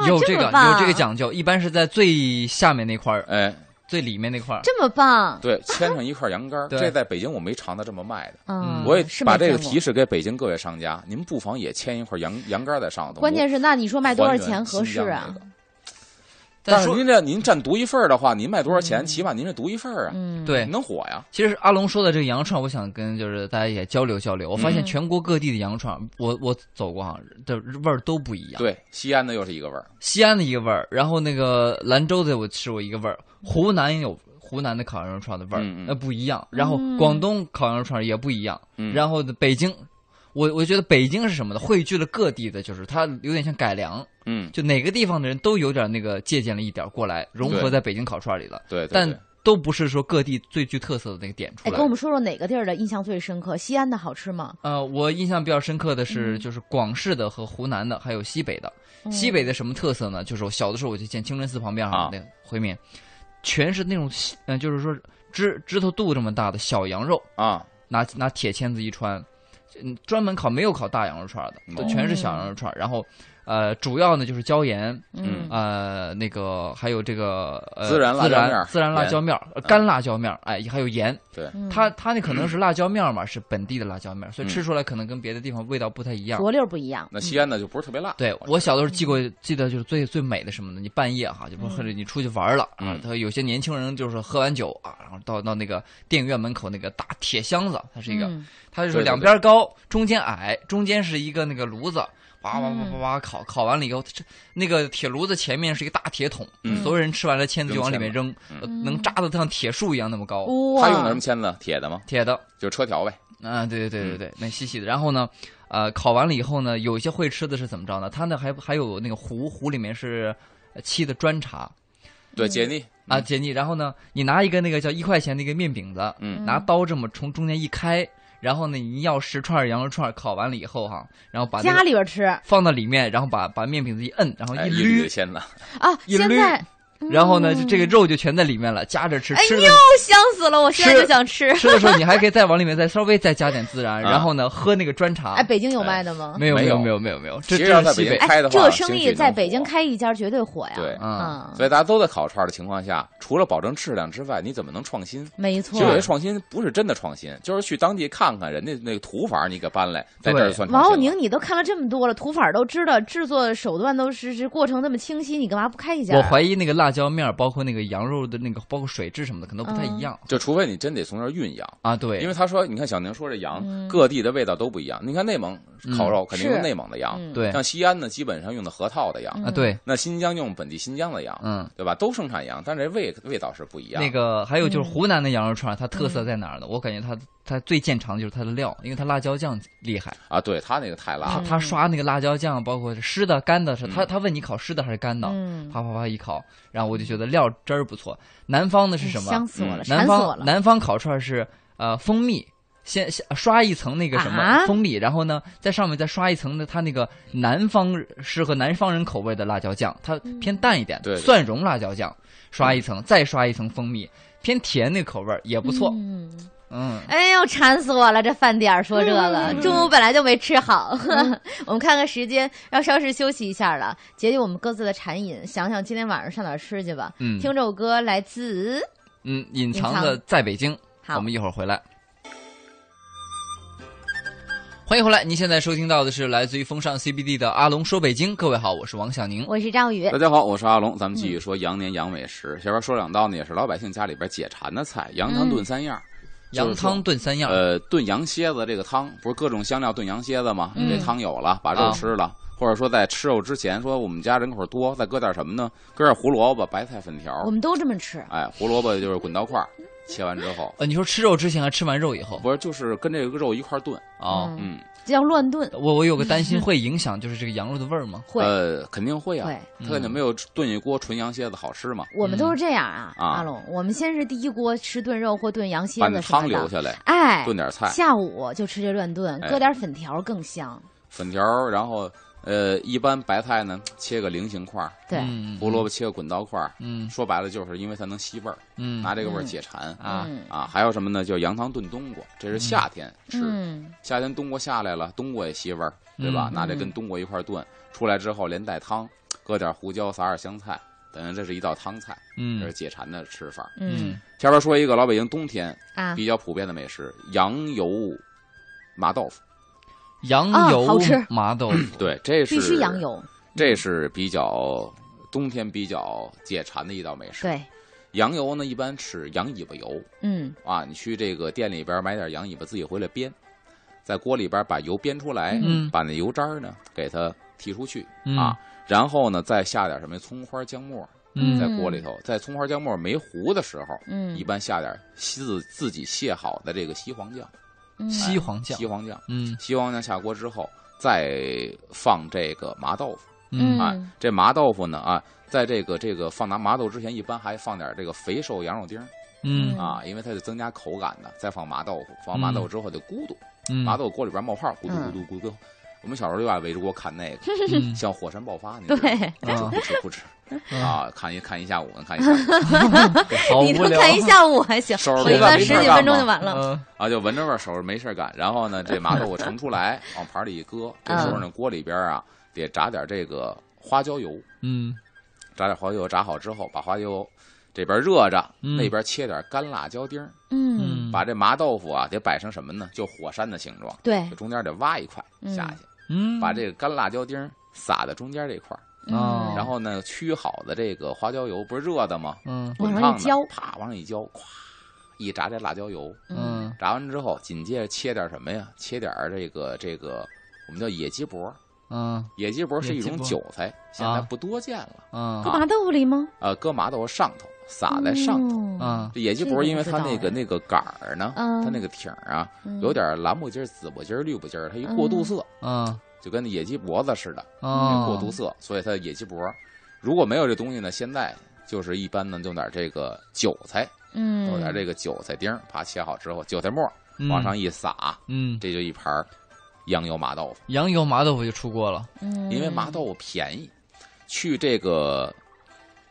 A: 有
B: 这
A: 这
B: 么
A: 个
B: 棒
A: 有这个讲究，一般是在最下面那块儿
C: 哎，
A: 最里面那块儿。
B: 这么棒，
C: 对，牵上一块
B: [LAUGHS]
C: 羊肝儿，
A: 对
C: 这在北京我没尝到这么卖的。
B: 嗯，
C: 我也
B: 是没
C: 把这个
B: 见过
C: 提示给北京各位商家，您不妨也牵一块羊羊肝儿在上头。
B: 关键
C: 是
B: 是，那你说卖多少钱合适啊？
C: 但
A: 但
C: 是
A: 说
C: 您这您占独一份儿的话，您卖多少钱？起码您是独一份儿啊，
B: 嗯，
A: 对，
C: 能火呀。
A: 其实阿龙说的这个羊肉串，我想跟就是大家也交流交流。我发
B: 嗯
A: 现全国各地的羊肉串，我我走过哈，这味儿都不一样。，
C: 对，西安的又是一个味儿，
A: 西安的一个味儿，然后那个兰州的我吃过一个味儿，湖南也有湖南的烤羊肉串的味儿，
C: 嗯嗯
A: 那不一样。然后
B: 嗯
A: 广东烤羊肉串也不一样。
C: 嗯
A: 然后北京，我我觉得北京是什么呢？汇聚了各地的，就是它有点像改良，
C: 嗯，
A: 就哪个地方的人都有点那个借鉴了一点儿过来，融合在北京烤串里了。
C: 对，对对
A: 但都不是说各地最具特色的那个点出
B: 哎，
A: 来
B: 跟我。们说说哪个地儿的印象最深刻？西安的好吃吗？
A: 呃，我印象比较深刻的
B: 嗯
A: 是，就是广式的和湖南的，还有西北的。西北的什么特色呢？就是我小的时候我就见清真寺旁边
C: 啊
A: 那个回民，全是那种细，嗯、就是说指指头肚这么大的小羊肉，
C: 啊，
A: 拿拿铁签子一穿，嗯，专门烤没有烤大羊肉串的，都
C: 哦
A: 全是小羊肉串。然后，呃，主要呢就是椒盐，
B: 嗯，
A: 呃，那个还有这个、呃、
C: 孜然辣
A: 孜
C: 椒面儿
A: 然孜然辣
C: 盐
A: 椒面儿、呃干辣椒面儿，哎，还有盐。
C: 对，
B: 嗯
A: 它它那可能是辣椒面儿嘛，是本地的辣椒面儿，所以
C: 嗯
A: 吃出来可能跟别的地方味道不太一样。
B: 佐料不一样。
C: 那西安的就不是特别辣。
A: 对我小的时候记过，记得就是最最美的什么呢？你半夜哈，就不是或者你出去玩儿了啊
C: 嗯，
A: 他有些年轻人就是喝完酒啊，然后到到那个电影院门口那个大铁箱子，它是一个，
B: 嗯
A: 它就
C: 对
A: 是
C: 对
A: 两
C: 对
A: 边高，中间矮，中间是一个那个炉子。哇哇哇哇哇！烤烤完了以后，这那个铁炉子前面是一个大铁桶，
C: 嗯
A: 所有人吃完了签子就
C: 扔
A: 往里
C: 签
A: 面
C: 子嗯
A: 扔，呃能扎得像铁树一样那么高，
B: 嗯哇，
C: 哦他用的什么签子？铁的吗？
A: 铁的。
C: 就是车条呗。
A: 啊，对对对
C: 嗯
A: 对对，那细细的。然后呢，呃，烤完了以后呢，有一些会吃的是怎么着呢？它那还还有那个壶，壶里面是呃沏的砖茶
B: 嗯
C: 对，解腻。
A: 啊，解腻。然后呢，你拿一个那个叫一块钱的一个面饼子，
C: 嗯
A: 拿刀这么从中间一开，然后呢，你要十串羊肉串，烤完了以后哈，然后把那个
B: 家里边吃啊？
A: 放到里面，然后把把面饼子一摁，然后
C: 哎，
A: 哦一
C: 一捋
A: 捋
C: 的，签子，
A: 一
B: 啊现
A: 捋
B: [LAUGHS] 在
A: 然后呢，就这个肉就全在里面了，夹着吃。
B: 嗯哎
A: 吃的
B: 呦，香死了！我现在
A: 吃
B: 就想吃。
A: 吃的时候，你还可以再往里面再稍微再加点孜然，[LAUGHS]
C: 啊
A: 然后呢，喝那个砖茶。
B: [LAUGHS] 哎，北京有卖的吗？哎
A: 没有
C: 没
A: 没
C: 有
A: 没有没有没有，这
C: 其实要
A: 这
C: 在
A: 是
C: 北
A: 西
C: 京
A: 北
C: 开的
B: 这
C: 话，
B: 个生意
C: 兴许
B: 在
C: 能
B: 北京
C: 火
B: 开一家绝对火呀。
C: 对
A: 啊。
B: 嗯，
C: 所以大家都在烤串的情况下，除了保证质量之外，你怎么能创新？
B: 没
C: 其
B: 错
C: 实。有些创新不是真的创新，就是去当地看看人家那个土法，你给搬来，在这儿算
B: 王
C: 创
B: 浩
C: 新了。
B: 宁，你都看了这么多了，土法都知道，制作手段都是这过程那么清晰，你干嘛不开一家？啊
A: 我怀疑那个辣椒面儿，包括那个羊肉的那个，包括水质什么的，可能不
B: 嗯
A: 太一样、
C: 就除非你真得从那儿运羊，
A: 啊。对，
C: 因为他说，你看小宁说这羊
B: 嗯
C: 各地的味道都不一样。你看内蒙烤肉肯定
B: 是
C: 用内蒙的羊，
B: 嗯
A: 啊对
C: 像西安呢，基本上用的河套的羊，
A: 啊，对，
C: 那新疆用本地新疆的羊，
A: 嗯，
C: 对吧？都生产羊，但是这味味道是不一样。
A: 那个还有
B: 嗯
A: 就是湖南的羊肉串，它特色在哪儿呢？我感觉它它最见长的就是它的料，因为它辣椒酱厉害，
C: 啊，对他那个太辣
A: 它
C: 了，
B: 嗯
A: 它刷那个辣椒酱，包括是湿的、干的，是它
C: 嗯
A: 它问你烤湿的还是干的，
B: 嗯，
A: 啪啪啪一烤，然后我就觉得料汁儿不错。南方的是什
B: 香
A: 么？
B: 哎死我了，
C: 嗯
B: 馋
A: 南
B: 死我
A: 方
B: 了。
A: 南方烤串是呃蜂蜜。先先呃刷一层那个什
B: 啊
A: 么蜂蜜，然后呢，在上面再刷一层的它那个南方适合南方人口味的辣椒酱，它偏淡一点，
C: 嗯对对
A: 蒜蓉辣椒酱，刷一层，再刷一层蜂蜜，偏甜那口味儿也不错。
B: 嗯，
A: 嗯，
B: 哎呦，馋死我了！这饭点儿说这个，中午本来就没吃好。 [LAUGHS] 我们看看时间，要稍事休息一下了，解解我们各自的馋瘾，想想今天晚上上哪儿吃去吧。
A: 嗯
B: 听这首歌来自
A: 嗯，隐
B: 藏
A: 藏的在北京，
B: 好
A: 我们一会儿回来。欢迎回来，您现在收听到的是来自于风尚 CBD 的阿龙说北京。各位好，我是王小宁。
B: 我是张宇
A: 呃
C: 大，家好，我是阿龙，咱们
B: 嗯
C: 继续说羊年羊美食。下边说两道呢，也是老百姓家里边解馋的菜，羊汤炖三样儿。
B: 嗯
C: 就是
A: 羊汤炖三样，
C: 呃，炖羊蝎子这个汤，不是各种香料炖羊蝎子吗？
B: 嗯哦
C: 这汤有了，把肉
A: 啊
C: 吃了，或者说在吃肉之前，说我们家人口多，再搁点什么呢？搁点胡萝卜、白菜粉条
B: 我
C: 儿。
B: 们都这么吃。
C: 哎，胡萝卜就是滚刀块儿，切完之后，
A: 呃，你说吃肉之前还吃完肉以后
C: 不是就是跟这个肉一块儿炖。
A: 哦，
B: 嗯
C: 嗯，
B: 这叫乱炖，
A: 我我有个担
B: [LAUGHS]
A: 心，会影响就是这个羊肉的味儿吗？
B: 会、
C: 呃，肯定会啊
B: 会，嗯
C: 它肯定没有炖一锅纯羊蝎子好吃嘛，
B: 我们都是这样啊，
C: 嗯啊
B: 阿龙，我们先是第一锅吃炖肉或炖羊蝎
C: 把那
B: 子什
C: 汤
B: 么
C: 留
B: 的，
C: 下来，
B: 哎，
C: 炖点菜。
B: 下午就吃这乱炖，
C: 哎
B: 搁点粉条更香。
C: 粉条儿，然后呃，一般白菜呢切个菱形块儿，
B: 对，
A: 嗯
C: 胡萝卜切个滚刀块儿。
A: 嗯
C: 说白了，就是因为它能吸味儿，
A: 嗯
C: 拿这个味儿解馋、
A: 啊，
B: 嗯
C: 啊。还有什么呢？就是羊汤炖冬瓜，这是夏天吃。
B: 嗯，
C: 夏天冬瓜下来了，冬瓜也吸味儿，对吧？
A: 嗯
C: 拿这跟冬瓜一块儿炖，出来之后连带汤，搁点胡椒，撒点香菜，等于这是一道汤菜，这
A: 嗯
C: 是解馋的吃法。
B: 嗯
C: 下边说一个老北京冬天
B: 啊，
C: 比较普遍的美食——羊油麻豆腐。
A: 羊
B: 啊好
A: 油
B: 吃
A: 麻豆腐，
C: 对，这是
B: 必须羊，油，
C: 这是比较冬天比较解馋的一道美食。
B: 对，
C: 羊油呢，一般吃羊尾巴油
B: 嗯
C: 啊，你去这个店里边买点羊尾巴，自己回来煸，啊在锅里边把油煸出来，
A: 嗯
C: 把那油渣儿呢给它剔出去、
A: 嗯
C: 啊，然后呢再下点什么葱花姜末
A: 嗯
C: 在锅里头，在葱花姜末没糊的时候，
B: 嗯
C: 一，般下点自自己卸好的这个西黄酱，
B: 嗯
A: 西黄酱
C: 哎西，黄酱，
A: 嗯
C: 西黄酱下锅之后，再放这个麻豆腐。
A: 嗯
C: 啊
B: 嗯，
C: 这麻豆腐呢啊，在这个这个放拿麻豆之前，一般还放点这个肥瘦羊肉丁儿
A: 嗯
C: 啊，因为它是增加口感的。再放麻豆腐，放完麻豆腐之后就咕嘟，
A: 嗯，
C: 麻豆锅里边冒泡，咕嘟咕
B: 嗯
C: 嘟咕嘟。我们小时候就爱围着锅看那个，
A: 嗯
B: [LAUGHS]
C: [LAUGHS] 像火山爆发，你知道
A: [LAUGHS]
C: 吗
B: 对，
A: 啊
C: 不吃不吃
A: 嗯
B: [LAUGHS]
C: 啊，看一看一下午，看一
A: [LAUGHS]
C: 下午啊
A: 好
B: 你
A: 无
B: 能
A: 聊
B: 看一下午还
C: [LAUGHS]
B: 行，
C: 收拾
B: 我一
A: 吧
B: 般
A: 没
B: 十
A: 事儿
B: 几
C: 干
B: 分钟
C: 嘛
B: 就完了。
A: 嗯
C: 啊，就闻着味儿，手着没事儿干。然后呢，这麻豆腐盛出来，往盘里一搁，这时候呢，锅里边啊得炸点这个花椒油，
A: 嗯
C: 炸点花椒油，炸好之后，把花椒油这边热着，
A: 嗯
C: 那边切点干辣椒丁儿，
B: 嗯，
A: 嗯，
C: 把这麻豆腐啊得摆成什么呢？就火山的形状，
B: 对
C: 就，中间得挖一块
B: 嗯
C: 下去，
A: 嗯
C: 把这个干辣椒丁儿撒在中间这块儿，
B: 嗯
A: 哦
C: 啊然后呢，沏好的这个花椒油不是热的吗？
A: 嗯
B: 往上一
C: 滚烫的
B: 浇，
C: 啪往上一浇，咵一炸这辣椒油，
B: 嗯
A: 嗯
C: 炸完之后，紧接着切点什么呀？切点儿这个这个，我们叫野鸡脖儿。
B: [LAUGHS]
A: 嗯
C: 野鸡脖儿是一
A: 野
C: 种
A: 鸡
C: 韭
A: 脖
C: 菜，现在
A: 啊
C: 不多见了。
A: 嗯
B: 搁麻豆腐里吗？
C: 呃，搁麻豆上头，撒在啊上头。啊
B: 头
A: 嗯
C: 这野鸡脖
B: 这
C: 儿，
B: 个
C: 因为
B: 我知
C: 它
B: 道
C: 那个
B: 哎
C: 那个杆儿呢，
B: 嗯
C: 它那个挺儿啊，有点儿蓝不筋儿、紫不筋儿、绿不筋儿，它一过渡色，
A: 嗯
C: 就跟那野鸡脖子似的，
A: 嗯
C: 过渡色，所以它野鸡脖儿。如果没有这东西呢，现在就是一般呢，用点儿这个韭菜，
B: 嗯，
C: 用点儿这个韭菜丁儿，啪切好之后，韭菜末儿往上一撒，
A: 嗯，
C: 这就一盘儿羊油麻豆腐。
A: 羊油麻豆腐就出锅了，
B: 嗯，
C: 因为麻豆腐便宜，去这个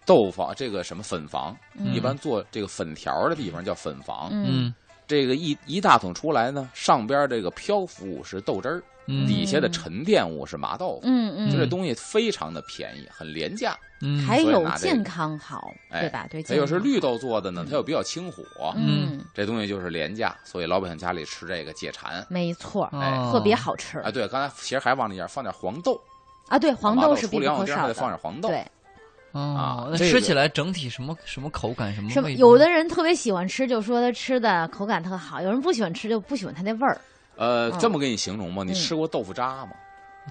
C: 豆坊这个什么粉房，
B: 嗯
C: 一般做这个粉条的地方叫粉房。
B: 嗯
A: 嗯
C: 这个一一大桶出来呢，上边这个漂浮物是豆汁儿，
A: 嗯
C: 底下的沉淀物是麻豆腐。
B: 嗯
C: 就
B: 嗯
C: 这东西非常的便宜，很廉价。
A: 嗯
B: 还
C: 所以
B: 有
C: 拿这
B: 健
C: 个
B: 康好，
C: 哎
B: 对吧？对，
C: 它
B: 健
C: 又是
B: 康
C: 绿豆做的呢，它又比较清火，
B: 嗯，
C: 这东西就是廉价，所以老百姓家里吃这个解馋。
B: 没错，
A: 哦
B: 特别好吃
C: 啊，对，刚才其实还忘了一样，放点黄豆，
B: 啊。对，黄
C: 麻
B: 豆
C: 豆
B: 是
C: 除
B: 必
C: 了
B: 不
C: 羊肉
B: 可
C: 丁儿还
B: 少
C: 得
B: 的，
C: 放点黄豆。
B: 对，
A: 哦
C: 啊，
A: 那
C: 这
A: 吃
C: 个
A: 起来整体什么什么口感，什么
B: 什么？
A: 味道
B: 有的人特别喜欢吃，就说他吃的口感特好；有人不喜欢吃，就不喜欢它那味儿。
C: 呃，
B: 嗯
C: 这么给你形容吧，你
B: 嗯
C: 吃过豆腐渣吗？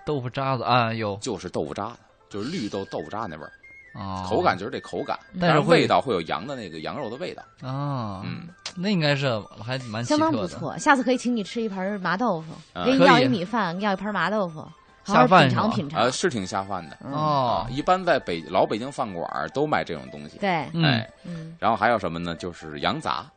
A: 豆腐渣子啊有
C: 就是豆腐渣的，就是绿豆豆腐渣那味儿，
B: 哦
A: 啊，
C: 口感就是这口感，
A: 但是
C: 然后
A: 会
C: 味道会有羊的那个羊肉的味道。
A: 啊，
C: 嗯，
A: 那应该是还蛮嗯奇
B: 相
A: 特
B: 当
A: 的
B: 不。错。嗯下次可以请你吃一盘麻豆腐，
C: 啊
B: 给你
A: 可
B: 要
A: 以
B: 一米饭，要一盘麻豆腐，好
A: 下
B: 好
A: 饭
B: 品
A: 是
B: 尝
A: 吧
B: 品尝
C: 啊，。是挺下饭的
A: 哦
C: 啊。，一般在北老北京饭馆儿都卖这种东西。
B: 对，
A: 嗯
C: 哎，
B: 嗯，
C: 然后还有什么呢？就是羊杂，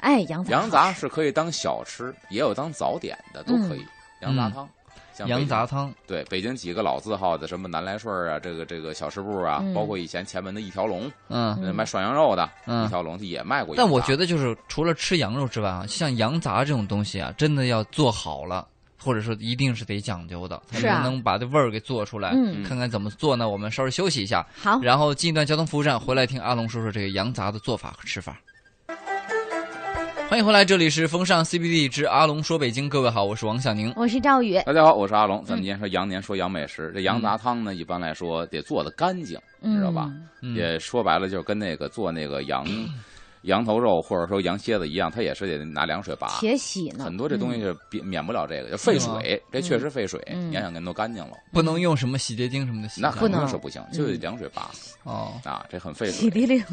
B: 哎，羊杂，
C: 羊
A: 嗯
C: 杂，是可以当小吃，也有当早点的，都可以。羊杂汤，像北
A: 嗯羊
C: 京
A: 杂汤，
C: 对北京几个老字号的，什么南来顺儿啊，这个这个小吃部啊，
B: 嗯
C: 包括以前前门的一条龙，
A: 嗯
B: 嗯
C: 卖涮羊肉的
A: 嗯
C: 一。条龙也卖过羊杂。
A: 但我觉得就是除了吃羊肉之外啊，像羊杂这种东西啊，真的要做好了，或者说一定是得讲究的，才
B: 是啊
A: 能把这味儿给做出来。
B: 嗯
A: 看看怎么做呢？我们稍微休息一下，
B: 好，
A: 然后进一段交通服务站，回来听阿龙说说这个羊杂的做法和吃法。欢迎回来，这里是风尚 CBD 之阿龙说北京，各位好，我是王小宁。
B: 我是赵宇，
C: 大家好，我是阿龙。
A: 嗯
C: 咱们今天说羊年，说羊美食。这羊杂汤呢，一般来说得做的干净，
B: 嗯
C: 知道吧？
A: 嗯
C: 也说白了，就是跟那个做那个
A: [CLEARS THROAT]
C: 羊羊头肉或者说羊蝎子一样，它也是得拿凉水拔。
A: 啊
B: 且洗呢，
C: 很多这东西
B: 嗯
C: 是免免不了这个，就费水，这确实费水。
B: 嗯
C: 你要想给弄干净了，
A: 不能用什么洗洁精什么的洗它，
C: 那肯
B: 不
C: 定
B: 能嗯
C: 是不行，就得凉水拔
A: 哦，
C: 啊，这很费
B: 洗
C: 水。
B: 涤灵，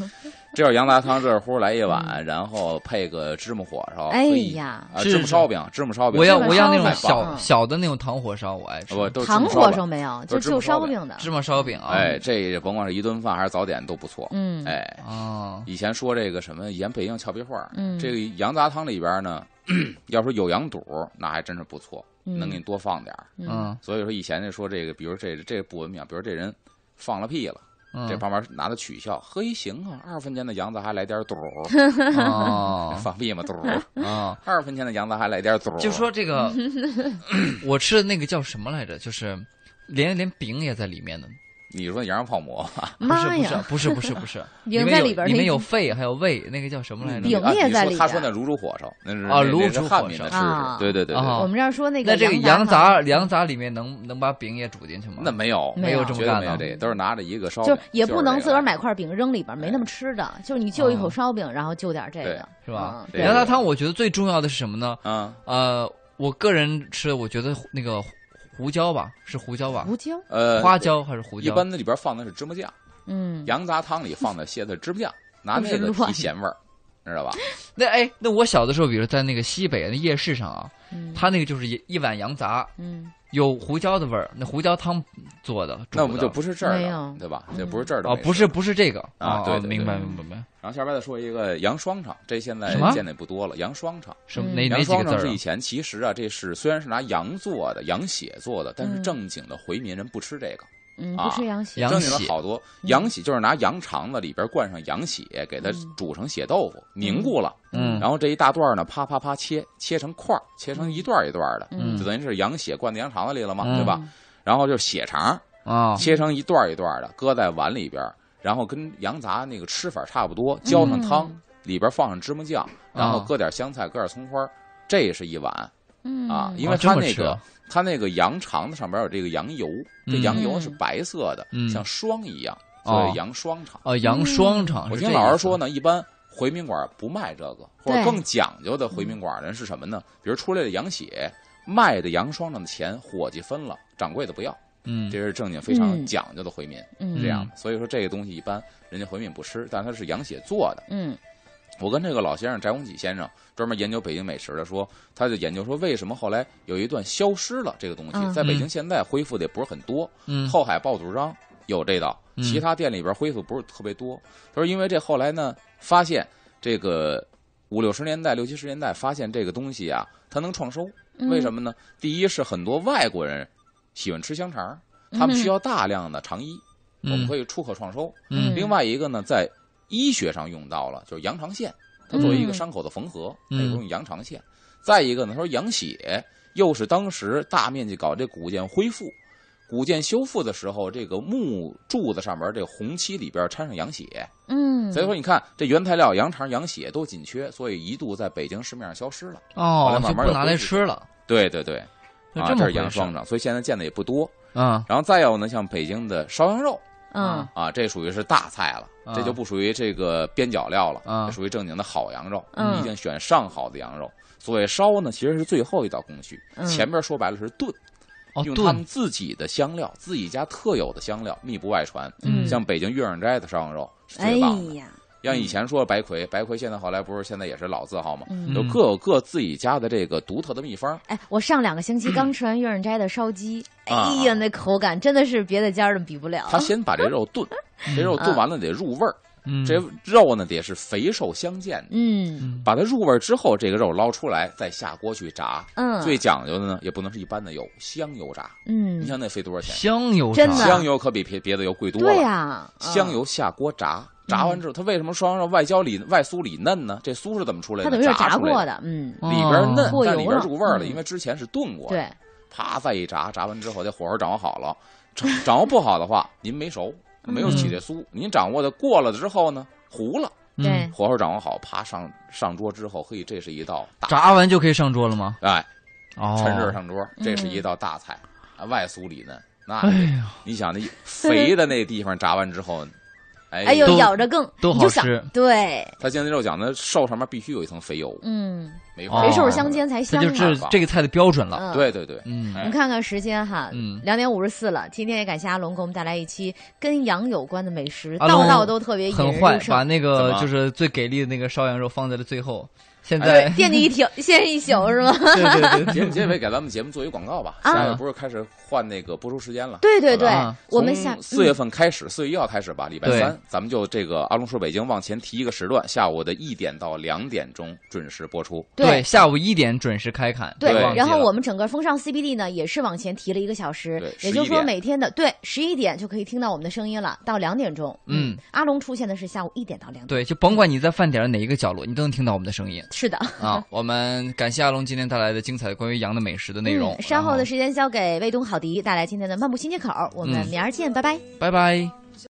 C: 这是羊杂汤，热乎来一碗，然后配个芝麻火烧。
B: 哎
C: 嘿
B: 呀
C: 啊
A: 是
C: 芝麻烧饼，芝麻烧饼，
A: 我要
B: 这个
A: 我要那种
B: 烧饼
A: 小
B: 嗯
A: 小的那种糖火烧，我爱吃
C: 哦我都是芝麻
B: 糖
C: 烧
B: 火
C: 饼
B: 烧没有，
C: 都
B: 就是就
C: 芝麻烧
B: 烧
C: 饼
B: 饼的，
A: 芝麻烧饼啊，
C: 哎，这甭管是一顿饭还是早点都不错。
B: 嗯，
C: 哎，
A: 哦，
C: 以前说这个什么盐北京俏皮话儿，
B: 嗯
C: 这个羊杂汤里边儿呢， [CLEARS THROAT] 要说有羊肚儿，那还真是不错，能给你多放点儿。
B: 嗯，
A: 嗯
C: 所以说以前就说这个，比如这这不文明，比如这人放了屁了，
A: 嗯，
C: 这旁边拿他取笑，嘿，行啊，二分钱的羊杂还来点
B: [LAUGHS]
C: 肚儿，
A: 哦
C: 放屁嘛肚儿，
A: 哦，
C: 二分钱的羊杂还来点肚儿，
A: 就说这
B: [LAUGHS]
A: 个，我吃的那个叫什么来着？就是连连饼也在里面的
C: 你说羊肉泡馍吧？
A: 不是
B: 妈
A: 不是
B: 呀，
A: 不是不是不是，
B: [LAUGHS] 赢
A: 里面
B: 在
A: 有
B: 里边儿
A: 里
B: 那
A: 面
B: 一
A: 有肺还有胃，那个叫什么来着？
B: 哎饼
C: 啊
B: 也
C: 你
B: 在
C: 说
B: 里
C: 他
B: 边
C: 说那卤煮火烧，那是
A: 啊
C: 那
A: 卤
C: 那
A: 煮
C: 是
A: 火
C: 汉民
A: 烧
C: 的吃
B: 啊
C: 食，对对对
A: 啊
C: 对。
B: 我们这儿说那个
A: 那这个羊
B: 羊
A: 杂羊杂里面能能把饼也煮进去吗？
C: 那没有，
B: 没有
C: 绝
A: 这么
C: 对没
A: 干
C: 有
A: 的
C: 这个，都是拿着一个烧
B: 汤
C: 饼，
B: 就是也不能
C: 这
B: 自个儿
C: 个
B: 买块饼扔里边，没那么吃的，就是你就一口烧饼，然后就点这个，
A: 是吧？
B: 嗯
C: 对
A: 羊杂汤我觉得最重要的是什么呢？
C: 啊。
A: 呃，我个人吃的，我觉得那个胡胡椒吧，是胡椒吧，
B: 胡椒，
C: 呃，
A: 花椒还是胡
C: 一
A: 椒？
C: 般的里边放的是芝麻酱，
B: 嗯，
C: 羊杂汤里放的些的芝麻酱，拿
B: 不是
C: 那个
B: 乱
C: 提咸味儿，知道吧？
A: 那哎，那我小的时候，比如在那个西北的夜市上啊，
B: 嗯
A: 他那个就是一一碗羊杂，
B: 嗯，
A: 有胡椒的味儿，那胡椒汤做的，
C: 那我
A: 煮
C: 们
A: 的
C: 就不是这儿
B: 没有哦
C: 的，对吧？就不是这儿的
A: 啊，
C: 美
A: 不
C: 食
A: 是。不是这个
C: 啊对
A: 哦
C: 对对
A: 明白
B: 嗯
A: 明白明白，
C: 然后下边再说一个羊双肠，这现在
A: 什么
C: 见的不多了。羊双肠，
A: 什么
B: 嗯
A: 哪哪几个
C: 羊双
A: 字
C: 肠
A: 儿
C: 是
A: 啊
C: 以？前其实啊，这是虽然是拿羊做的，羊血做的，但是
B: 嗯
C: 正经的回民人不吃这个。
B: 嗯，不
C: 啊
B: 吃羊血，
A: 羊
C: 正经的
A: 血
C: 好多羊血就是拿羊肠子里边灌上羊血，给它
B: 嗯
C: 煮成血豆腐，凝固了，
A: 嗯，
C: 然后这一大段呢，啪啪啪切，切成块儿，切成一段一段的，
B: 嗯
C: 就等于是羊血灌到羊肠子里了嘛，
A: 嗯
C: 对吧？然后就是血肠，
A: 啊，
C: 切成一段一段的，搁在碗里边儿，然后跟羊杂那个吃法差不多，浇上汤，
B: 嗯
C: 里边放上芝麻酱，然后
A: 啊
C: 搁点香菜，搁点葱花儿，这是一碗
B: 嗯
C: 啊，因
A: 哦
C: 为
A: 这
C: 它
A: 么
C: 那
A: 吃
C: 个
A: 啊
C: 它那个羊肠子上边有这个羊油，这
A: 嗯
C: 羊油是白色的，
A: 嗯
C: 像霜一样，
A: 哦
C: 所以羊霜肠。
A: 哦，
B: 嗯
A: 羊双肠，
C: 我
A: 是
C: 听
A: 这
C: 老
A: 意思
C: 师说呢，一般回民馆不卖这个，或
B: 对
C: 者更讲究的回民馆人是什么呢？比如出来的羊血。卖的羊霜上的钱，伙计分了，掌柜的不要，
A: 嗯
C: 这，是正经非常
B: 嗯
C: 讲究的回民。
B: 嗯
C: 是这样的。所以说这个东西一般人家回民不吃，但它是羊血做的。
B: 嗯
C: 我跟这个老先生翟洪启先生专门研究北京美食的说，他就研究说为什么后来有一段消失了这个东
B: 嗯
C: 西，在北京现在恢复的也不是很多。
A: 嗯
C: 后海爆肚张有这道，
A: 嗯
C: 其他店里边恢复不是特别多。他说因为这后来呢，发现这个五六十年代、六七十年代发现这个东西啊，它能创收。
B: 嗯
C: 为什么呢？第一是很多外国人喜欢吃香肠，他
B: 嗯
C: 们需要大量的肠衣，我们可以出口创收。
A: 嗯
C: 另外一个呢，在医学上用到了，就是羊肠线，
B: 嗯
C: 它作为一个伤口的缝合，
A: 嗯
C: 它有时候用羊肠线。再一个呢，他说羊血又是当时大面积搞这古建恢复、古建修复的时候，这个木柱子上面这个红漆里边掺上羊血，
B: 嗯，
C: 所以说你看这原材料羊肠、羊血都紧缺，所以一度在北京市面上消失了。
A: 哦
C: 后来，慢
A: 就
C: 慢
A: 不
C: 又
A: 拿来
C: 恢复
A: 吃了，
C: 对对对，
A: 那
C: 啊，
A: 这么
C: 这
A: 回
C: 是羊
A: 事
C: 双掌，所以现在见的也不多。
A: 啊，
C: 然后再有呢，像北京的烧羊肉，
B: 嗯
C: 啊，这属于是大菜了，
A: 啊
C: 这就不属于这个边角料了，
A: 啊
C: 这属于正经的好羊肉，
B: 嗯
C: 一定选上好的羊肉。所谓烧呢，其实是最后一道工序，
B: 嗯
C: 前边说白了是炖，
A: 哦
C: 用他
A: 炖
C: 们自己的香料，自己家特有的香料，密不外传。
A: 嗯
C: 像北京月亮斋的烧羊肉是
B: 哎
C: 最棒的，
B: 呀，
C: 像以前说白魁，白魁现在后来不是现在也是老字号吗？
B: 嗯
C: 有各有各自己家的这个独特的秘方，
B: 哎，我上两个星期刚吃完月润斋的烧鸡，
C: 啊
B: 哎呀，那口感真的是别的家儿的比不了。
C: 他先把这肉炖，这肉炖完了得入味儿，
A: 嗯
C: 这肉呢得是肥瘦相间的。
B: 嗯
A: 嗯
C: 把它入味儿之后，这个肉捞出来，再下锅去炸。
B: 嗯
C: 最讲究的呢，也不能是一般的油，香油炸。你
B: 嗯，
C: 像那费多少钱？
A: 香油
B: 真
A: 炸
B: 的
C: 香油可比别别的油贵多了。
B: 对呀，
C: 香
B: 嗯
C: 油下锅炸，炸完之后，它为什么说羊肉外焦里外酥里嫩呢？这酥是怎么出来
B: 它
C: 的？
B: 等于是炸
C: 出来
B: 过
C: 的，
B: 的，嗯，
A: 哦
C: 里边嫩
B: 过，
C: 但
B: 油
C: 里边
B: 了
C: 入味儿了，
B: 嗯
C: 因为之前是炖过。，
B: 对，
C: 啪，再一炸，炸完之后，这火候掌握好了。掌掌握不好的话，您没熟，没有
B: 嗯
C: 起这酥。您掌握的过了之后呢，糊了。
A: 嗯
B: 对
C: 火候掌握好，啪上上桌之后，嘿，这是一道大
A: 炸完就可以上桌了吗？
C: 哎，
A: 哦，
C: 趁热上桌，
B: 嗯
C: 这是一道大菜，啊外酥里嫩。那
A: 哎
B: 哎
A: 呀，
C: 你想，那肥的那地方炸完之后，哎
B: 哎呦
A: 都，
B: 咬着更
A: 都
B: 你就
A: 好
B: 想
A: 吃，
B: 对，
C: 他现在肉讲的瘦上面必须有一层肥油，
B: 嗯，
C: 没
A: 哦
C: 法
B: 肥
C: 儿
B: 瘦相间才
A: 这
B: 香
A: 就
B: 嘛。
A: 是这个菜的标准了。
B: 嗯，
C: 对对对，
A: 嗯
B: 我们看看时间哈
A: 嗯，
B: 两点五十四了。今天也感谢阿龙给我们带来一期跟羊有关的美食，
A: 阿
B: 道
A: 龙
B: 道都特别引
A: 很
B: 人
A: 坏把
B: 入，胜。
A: 那个
C: 怎么
A: 就是最给力的那个烧羊肉放在了最后。现
B: 对
A: 在，，
B: [LAUGHS] 惦记一条，先一宿
A: 嗯 [LAUGHS]
B: 是吗？
A: 对
B: [LAUGHS]
A: 对对，
C: 节目结尾给咱们节目做一广告吧。
B: 啊
C: 下月不是开始换那个播出时间了？
B: 对对对
A: 啊，
B: 我们下嗯
C: 从四月份开始，四月一号开始吧，礼拜
A: 对
C: 三，咱们就这个阿龙说北京往前提一个时段，下午的一点到两点钟准时播出。
A: 对，下午一点准时开侃。
B: 对
A: 别忘，记
B: 然后
A: 了
B: 我们整个风尚 CBD 呢，也是往前提了一个小时
C: 对，
B: 也就是
C: 11
B: 说
C: 点
B: 每天的对十一点就可以听到我们的声音了，到两点钟。
A: 嗯，
B: 阿龙出现的是下午一点到两点。
A: 对，就甭管你在饭点儿哪一个角落，你都能听到我们的声音。
B: 是的， [LAUGHS]
A: 啊，我们感谢阿龙今天带来的精彩关于羊的美食的内容。
B: 嗯稍
A: 然
B: 后的时间交给卫东好迪带来今天的漫步新街口，我们
A: 嗯
B: 明儿见，拜拜。
A: 拜拜。